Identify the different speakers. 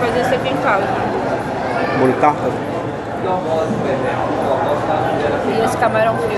Speaker 1: fazer sempre é em casa.
Speaker 2: Bolitarta?
Speaker 1: E esse camarão frio.